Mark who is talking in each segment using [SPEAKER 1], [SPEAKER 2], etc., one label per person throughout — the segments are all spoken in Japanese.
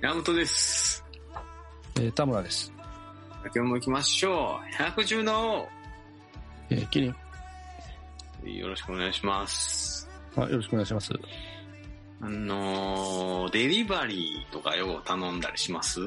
[SPEAKER 1] 山本です。
[SPEAKER 2] えー田村です。
[SPEAKER 1] 今日も行きましょう。110の
[SPEAKER 2] えーキリン。
[SPEAKER 1] 王よろしくお願いします。
[SPEAKER 2] あ、よろしくお願いします。
[SPEAKER 1] あのー、デリバリーとかよう頼んだりします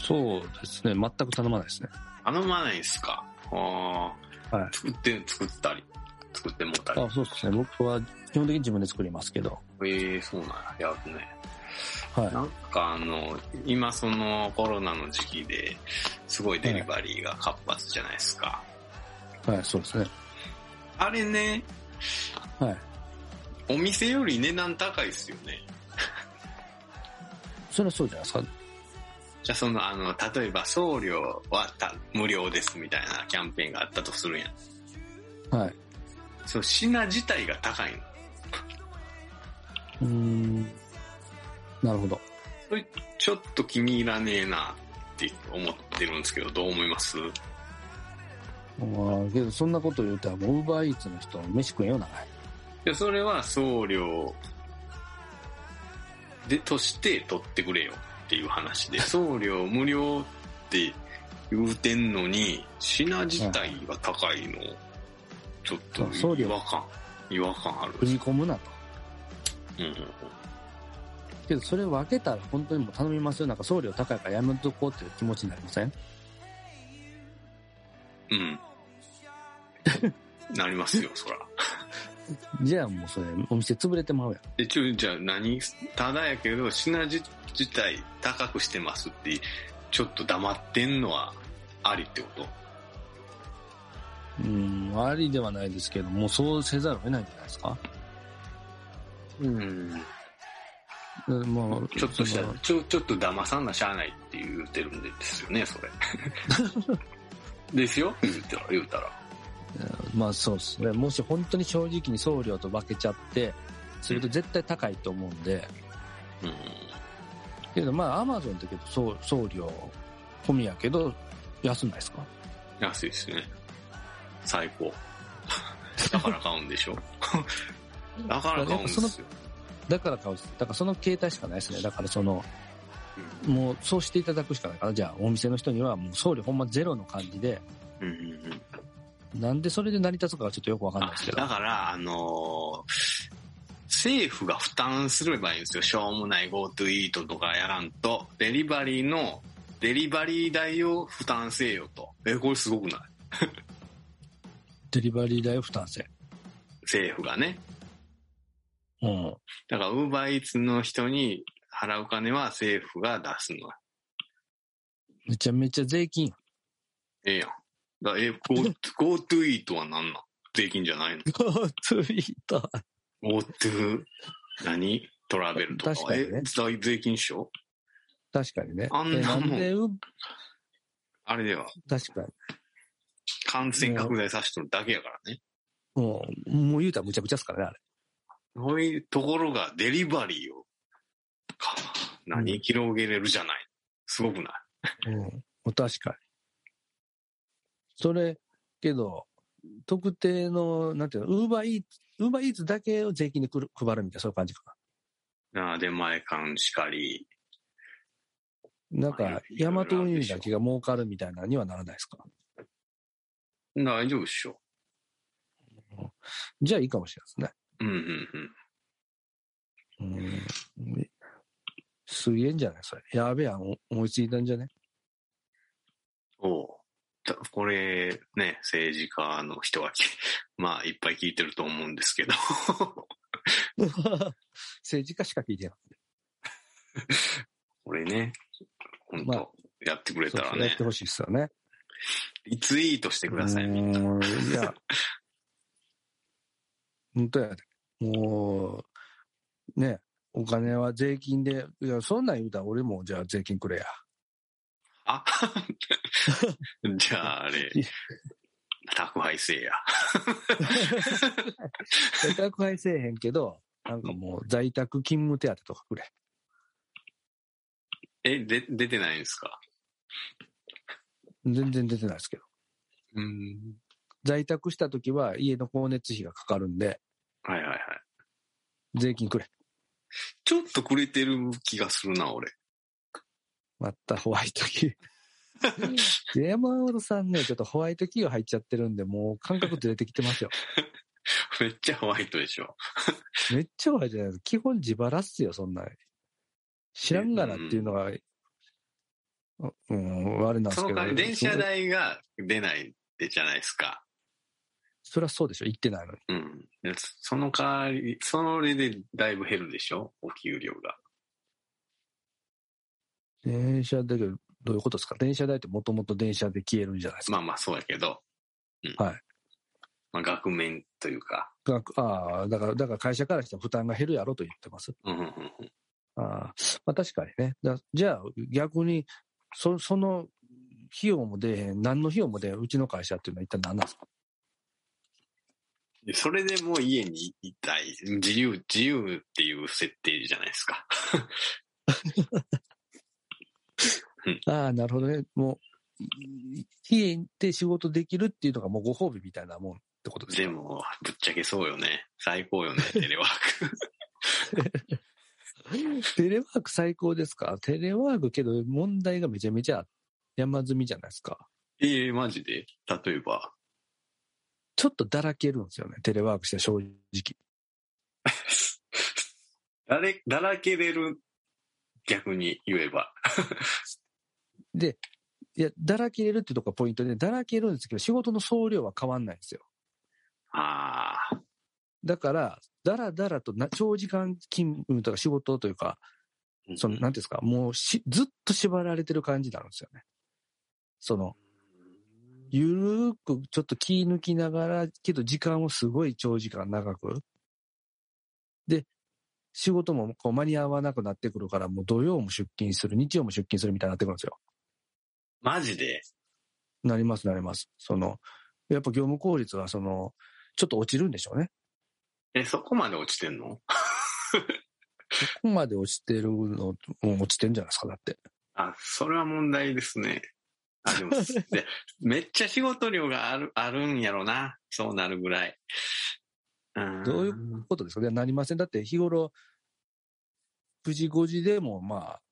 [SPEAKER 2] そうですね。全く頼まないですね。
[SPEAKER 1] 頼まないですかあー
[SPEAKER 2] はい
[SPEAKER 1] 作って、作ったり、作ってもうたり。
[SPEAKER 2] あ、そうですね。僕は基本的に自分で作りますけど。
[SPEAKER 1] ええそうなんや。やるね。
[SPEAKER 2] は
[SPEAKER 1] なんかあの、今そのコロナの時期で、すごいデリバリーが活発じゃないですか。
[SPEAKER 2] い。はい、そうですね。
[SPEAKER 1] あれね、
[SPEAKER 2] はい。
[SPEAKER 1] お店より値段高いですよね。
[SPEAKER 2] それはそうじゃないですか。
[SPEAKER 1] じゃあその、あの、例えば送料はた無料ですみたいなキャンペーンがあったとするやん。
[SPEAKER 2] はい。
[SPEAKER 1] その品自体が高いの。
[SPEAKER 2] うーん。なるほど。
[SPEAKER 1] ちょっと気に入らねえなって思ってるんですけど、どう思います
[SPEAKER 2] まあ、けど、そんなこと言うたら、もう、ウーバーイーツの人、飯食えんよな。
[SPEAKER 1] いや、それは送料で、として取ってくれよっていう話 で、送料無料って言うてんのに、品自体が高いの、ちょっ
[SPEAKER 2] あ送
[SPEAKER 1] と違
[SPEAKER 2] 料
[SPEAKER 1] 和感、違和感ある。
[SPEAKER 2] 踏み込むなと。
[SPEAKER 1] うんうんうん
[SPEAKER 2] けど、それ分けたら、本当にもう頼みますよ。なんか、送料高いからやめとこうっていう気持ちになりません
[SPEAKER 1] うん。なりますよ、そら。
[SPEAKER 2] じゃあ、もうそれ、お店潰れてまうやん。
[SPEAKER 1] え、ちょ、じゃあ何ただやけど、品自自体高くしてますって、ちょっと黙ってんのはありってこと
[SPEAKER 2] うん、ありではないですけど、もうそうせざるを得ないんじゃないですか。
[SPEAKER 1] うん。
[SPEAKER 2] うんもう、
[SPEAKER 1] ちょっとし
[SPEAKER 2] その
[SPEAKER 1] た、ちょ、ちょっと騙さんなしゃあないって言うてるんですよね、そ れ。ですよ言うたら、言うたら。
[SPEAKER 2] まあそうですね。もし本当に正直に送料と分けちゃって、すると絶対高いと思うんで、
[SPEAKER 1] うん。
[SPEAKER 2] けどまあアマゾンってけど送送料込みやけど、安ないですか
[SPEAKER 1] 安いですね。最 高。だから買うんで しょだから買うんですよ。
[SPEAKER 2] だから買う、だからその形態しかないですね。だからその、もうそうしていただくしかないから、じゃあお店の人にはもう送料ほんまゼロの感じで、
[SPEAKER 1] うんうんうんうん。
[SPEAKER 2] なんでそれで成り立つかがちょっとよくわかんな
[SPEAKER 1] あ
[SPEAKER 2] いですけど。
[SPEAKER 1] だから、あのー政府が負担すればいいんですよ。しょうもない GoTo イートとかやらんと、デリバリーの、デリバリー代を負担せよと。え、これすごくない
[SPEAKER 2] デリバリー代を負担せ。
[SPEAKER 1] 政府がね。
[SPEAKER 2] うん。
[SPEAKER 1] だから、ウーバーイーツの人に払う金は政府が出すの。
[SPEAKER 2] めちゃめちゃ税金。
[SPEAKER 1] ええやん。だからえ、Go- GoTo イートは何なん税金じゃないの
[SPEAKER 2] GoTo イ
[SPEAKER 1] ?GoTo、何トラベルとか
[SPEAKER 2] 確
[SPEAKER 1] は。
[SPEAKER 2] か
[SPEAKER 1] え
[SPEAKER 2] にね、
[SPEAKER 1] 税税金っしょ
[SPEAKER 2] 確かにね。
[SPEAKER 1] あんなもん
[SPEAKER 2] えでう
[SPEAKER 1] あれでは、
[SPEAKER 2] 確かに。
[SPEAKER 1] 感染拡大させとるだけやからね。
[SPEAKER 2] もう、もう言うたらむちゃくちゃですからね、あれ。
[SPEAKER 1] そういうところがデリバリーを、か、何広げれるじゃない。すごくない
[SPEAKER 2] うん、確かに。それ、けど、特定の、なんていうの、ウーバーイーツ、ウーバーイーツだけを税金でくる配るみたいな、そういう感じか
[SPEAKER 1] なあ、出前館しかり。
[SPEAKER 2] な。なん
[SPEAKER 1] まあ
[SPEAKER 2] か、
[SPEAKER 1] いろ
[SPEAKER 2] ヤ
[SPEAKER 1] いろあ
[SPEAKER 2] マ
[SPEAKER 1] るでしょ
[SPEAKER 2] ト
[SPEAKER 1] う
[SPEAKER 2] 運輸だけが儲かるみたいなにはならないですか。
[SPEAKER 1] 大丈夫っしょ。
[SPEAKER 2] じゃあいいかもしれない
[SPEAKER 1] うんうんうん。
[SPEAKER 2] ですね。うん。すげえんじゃないそれ。やべえやん、お思いついたんじ ゃね
[SPEAKER 1] おうたこれ、ね、政治家の人はき、 まあ、いっぱい聞いてると思うんですけど。
[SPEAKER 2] 政治家しか聞いてない。
[SPEAKER 1] これね、本当、
[SPEAKER 2] まあ
[SPEAKER 1] やってくれ
[SPEAKER 2] そ
[SPEAKER 1] たら
[SPEAKER 2] うやっ
[SPEAKER 1] ね
[SPEAKER 2] て、ほしいっすよね。
[SPEAKER 1] リツイートしてください、みんな。
[SPEAKER 2] うーんいや、本当やで。もう、ね、お金は税金で、いや、そんなん言うたら俺もじゃあ税金くれや。
[SPEAKER 1] あじゃあ、あれ、宅配せえや。
[SPEAKER 2] 宅配せえへんけど、なんかもう在宅勤務手当とかくれ。
[SPEAKER 1] え、で、出てないんですか
[SPEAKER 2] 全然出てないですけど。
[SPEAKER 1] うん。
[SPEAKER 2] 在宅した時は家の光熱費がかかるんで、
[SPEAKER 1] はいはいはい。
[SPEAKER 2] 税金くれ。
[SPEAKER 1] ちょっとくれてる気がするな、俺。
[SPEAKER 2] またホワイトキー。山本さんね、ちょっとホワイトキーが入っちゃってるんで、もう感覚ずれてきてますよ。
[SPEAKER 1] めっちゃホワイトでしょ。
[SPEAKER 2] めっちゃホワイトじゃないです基本自腹っすよ、そんな。知らんがなっていうのが、あうん、悪なんです
[SPEAKER 1] その
[SPEAKER 2] けど。
[SPEAKER 1] 代わり電車
[SPEAKER 2] それ
[SPEAKER 1] 代が出ないでじゃないですか。
[SPEAKER 2] それはそうでしょ、行ってないのに。
[SPEAKER 1] うん。でその代わり、それでだいぶ減るでしょお給料が。
[SPEAKER 2] 電車代がどういうことですか電車代ってもともと電車で消えるんじゃないですか。
[SPEAKER 1] まあまあそうやけど。うん、
[SPEAKER 2] はい。
[SPEAKER 1] ま
[SPEAKER 2] ま
[SPEAKER 1] あ額面というか。
[SPEAKER 2] あ、ああだから、だから会社からしても負担が減るやろと言ってます。
[SPEAKER 1] うんうんうんうん。
[SPEAKER 2] ああまあ確かにね。だじゃあ逆に、そその費用も出えへん、何の費用も出えへん、うちの会社っていうのは一体何なんですか
[SPEAKER 1] でそれでもう家にいたい。自由、自由っていう設定じゃないですか。
[SPEAKER 2] ああ、なるほどね。もう、い家で仕事できるっていうのがもうご褒美みたいなもんってことです
[SPEAKER 1] で
[SPEAKER 2] か
[SPEAKER 1] も、ぶっちゃけそうよね。最高よね、テレワーク。
[SPEAKER 2] テレワーク最高ですかテレワークけど問題がめちゃめちゃ山積みじゃないですか。
[SPEAKER 1] ええマジで例えば。
[SPEAKER 2] ちょっとだらけるんですよね。テレワークして正直。
[SPEAKER 1] だれ、だらけれる、逆に言えば。
[SPEAKER 2] で、いや、だらけれるってとこがポイントで、だらけるんですけど、仕事の総量は変わんないんですよ。
[SPEAKER 1] ああ、
[SPEAKER 2] だから、だらだらとな長時間勤務とか仕事というか、その、なんていうんですか、もうしずっと縛られてる感じになるんですよね。その、ゆるーくちょっと気抜きながら、けど時間をすごい長時間長く。で、仕事もこう間に合わなくなってくるから、もう土曜も出勤する、日曜も出勤するみたいになってくるんですよ。
[SPEAKER 1] マジで
[SPEAKER 2] なります、なります。その、やっぱ業務効率は、その、ちょっと落ちるんでしょうね。
[SPEAKER 1] え、そこまで落ちてんの
[SPEAKER 2] ここまで落ちてるの、うん落ちてんじゃないですか、だって。
[SPEAKER 1] あ、それは問題ですね。あ、 でも、でめっちゃ仕事量がある、あるんやろな。そうなるぐらい。ん
[SPEAKER 2] どういうことですかね、なりません。だって日頃、9時5時でも、まあ、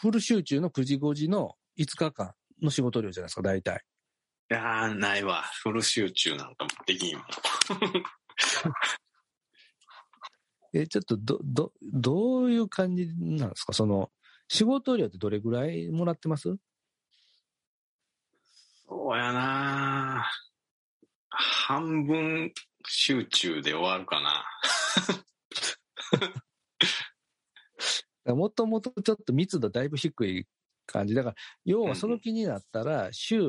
[SPEAKER 2] フル集中の9時5時の5日間の仕事量じゃないですか、大体。
[SPEAKER 1] いやー、ないわ。フル集中なんかもできんもん。
[SPEAKER 2] え、ちょっと、ど、ど、どういう感じなんですかその、仕事量ってどれぐらいもらってます
[SPEAKER 1] そうやな半分集中で終わるかな。
[SPEAKER 2] もともとちょっと密度だいぶ低い感じ。だから、要はその気になったら、週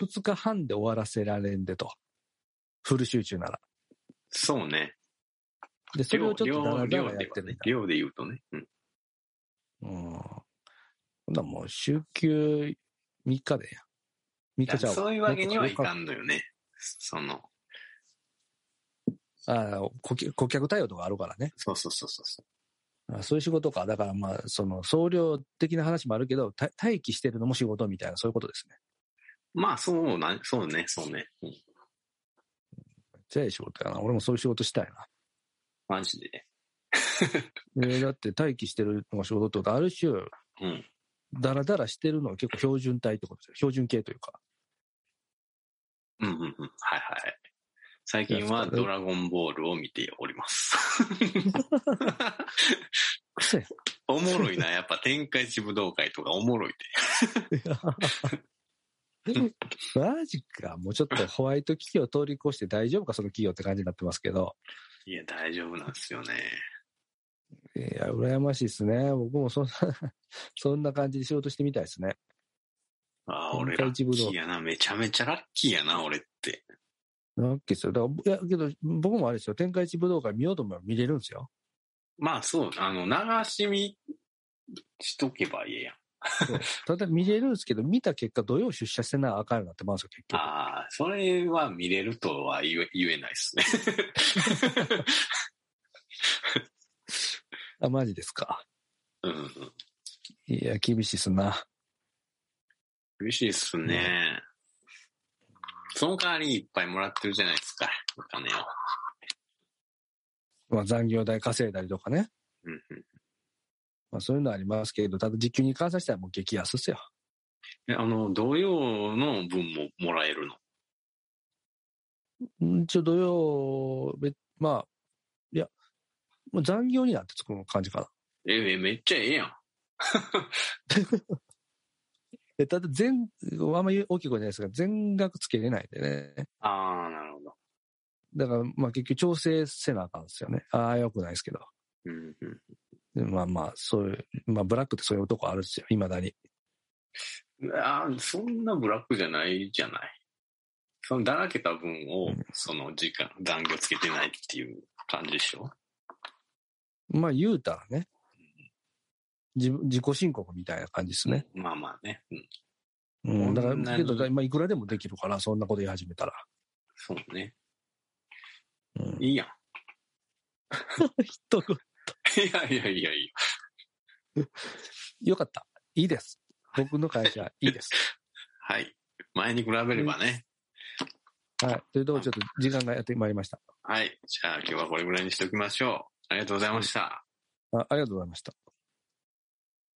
[SPEAKER 2] 2日半で終わらせられんでと。フル集中なら。
[SPEAKER 1] そうね。
[SPEAKER 2] で、それ
[SPEAKER 1] 量、
[SPEAKER 2] をちょっと
[SPEAKER 1] 量、
[SPEAKER 2] だらだら
[SPEAKER 1] 量
[SPEAKER 2] や
[SPEAKER 1] で
[SPEAKER 2] って
[SPEAKER 1] は
[SPEAKER 2] る
[SPEAKER 1] ね。量で言うとね。うん。
[SPEAKER 2] うん。ほんならもう、週休3日でや。3日じゃうわ
[SPEAKER 1] そういうわけにはいか
[SPEAKER 2] もっ
[SPEAKER 1] んのよね。その、
[SPEAKER 2] とああ顧客顧客対応とかあるからね。
[SPEAKER 1] そうそうそうそう。
[SPEAKER 2] あそういう仕事か。だからまあ、その、総量的な話もあるけど、た待機してるのも仕事みたいな、そういうことですね。
[SPEAKER 1] まあ、そうな、そうね、そうね。うん
[SPEAKER 2] じゃあいい仕事やな。俺もそういう仕事したいな。
[SPEAKER 1] マジで。
[SPEAKER 2] えーだって待機してるのが仕事ってことある種、
[SPEAKER 1] うん
[SPEAKER 2] だらだらしてるのは結構標準体ってことですよ。標準系という か。
[SPEAKER 1] うんうんうん。はいはい。最近はドラゴンボールを見ております。
[SPEAKER 2] くせ
[SPEAKER 1] おもろいな。やっぱ天下一武道会とかおもろいで。
[SPEAKER 2] え マジか。もうちょっとホワイト企業通り越して大丈夫か、その企業って感じになってますけど。
[SPEAKER 1] いや、大丈夫なんですよね。
[SPEAKER 2] いや、羨ましいですね。僕もそんな、 そんな感じで仕事してみたいですね。
[SPEAKER 1] ああ、
[SPEAKER 2] 天下
[SPEAKER 1] 俺ラッキ
[SPEAKER 2] 一武道
[SPEAKER 1] ーやな。めちゃめちゃラッキーやな、俺って。
[SPEAKER 2] なっけですよ。だから、いや、けど、僕もあれですよ。天下一武道会見ようと思えば見れるんです よ。
[SPEAKER 1] まあそう、あの、流し見しとけばいいやん。
[SPEAKER 2] ただ見れるんですけど、見た結果、土曜出社してないあかんようになってますよ、結局。
[SPEAKER 1] ああ、それは見れるとは言え言えないですね。
[SPEAKER 2] あ、マジですか。
[SPEAKER 1] うんうん。
[SPEAKER 2] いや、厳しいっすな。
[SPEAKER 1] 厳しいっすね。その代わりいっぱいもらってるじゃないですか。お金を。
[SPEAKER 2] まあ、残業代稼いだりとかね、
[SPEAKER 1] うんうん
[SPEAKER 2] まあ、そういうのありますけど、ただ時給に換算したらもう激安っすよ。
[SPEAKER 1] え、あの、同様の分ももらえるの。
[SPEAKER 2] うんちょ、土曜、べまあ、いや、もう残業になってつくの感じかな。
[SPEAKER 1] え、えめっちゃええやん。
[SPEAKER 2] えただ全、あんまり大きい声じゃないですが、全額つけれないんでね。
[SPEAKER 1] ああ、なるほど。
[SPEAKER 2] だから、まあ結局調整せなあかんですよね。ああ、よくないですけど。
[SPEAKER 1] うんうん。
[SPEAKER 2] でまあまあ、そういう、まあブラックってそういうとこあるんですよ、未だに。
[SPEAKER 1] あーそんなブラックじゃないじゃない。そのだらけた分を
[SPEAKER 2] うん、
[SPEAKER 1] その時間、残業つけてないっていう感じでしょ
[SPEAKER 2] まあ言うたらね、自分自己申告みたいな感じですね。。
[SPEAKER 1] まあまあね。うん。
[SPEAKER 2] うん、だか
[SPEAKER 1] こんな
[SPEAKER 2] ら、
[SPEAKER 1] に
[SPEAKER 2] けど、だまあ、いくらでもできるから、そんなこと言い始めたら。
[SPEAKER 1] そうね。
[SPEAKER 2] うん、
[SPEAKER 1] いいやん。
[SPEAKER 2] と
[SPEAKER 1] いやいやいやいや。
[SPEAKER 2] よかった。いいです。僕の会社、いいです。
[SPEAKER 1] はい。前に比べればね。
[SPEAKER 2] はい。というところで、ちょっと時間がやってまいりました
[SPEAKER 1] はい。じゃあ今日はこれぐらいにしておきましょう。ありがとうございました。
[SPEAKER 2] あ。ありがとうございました。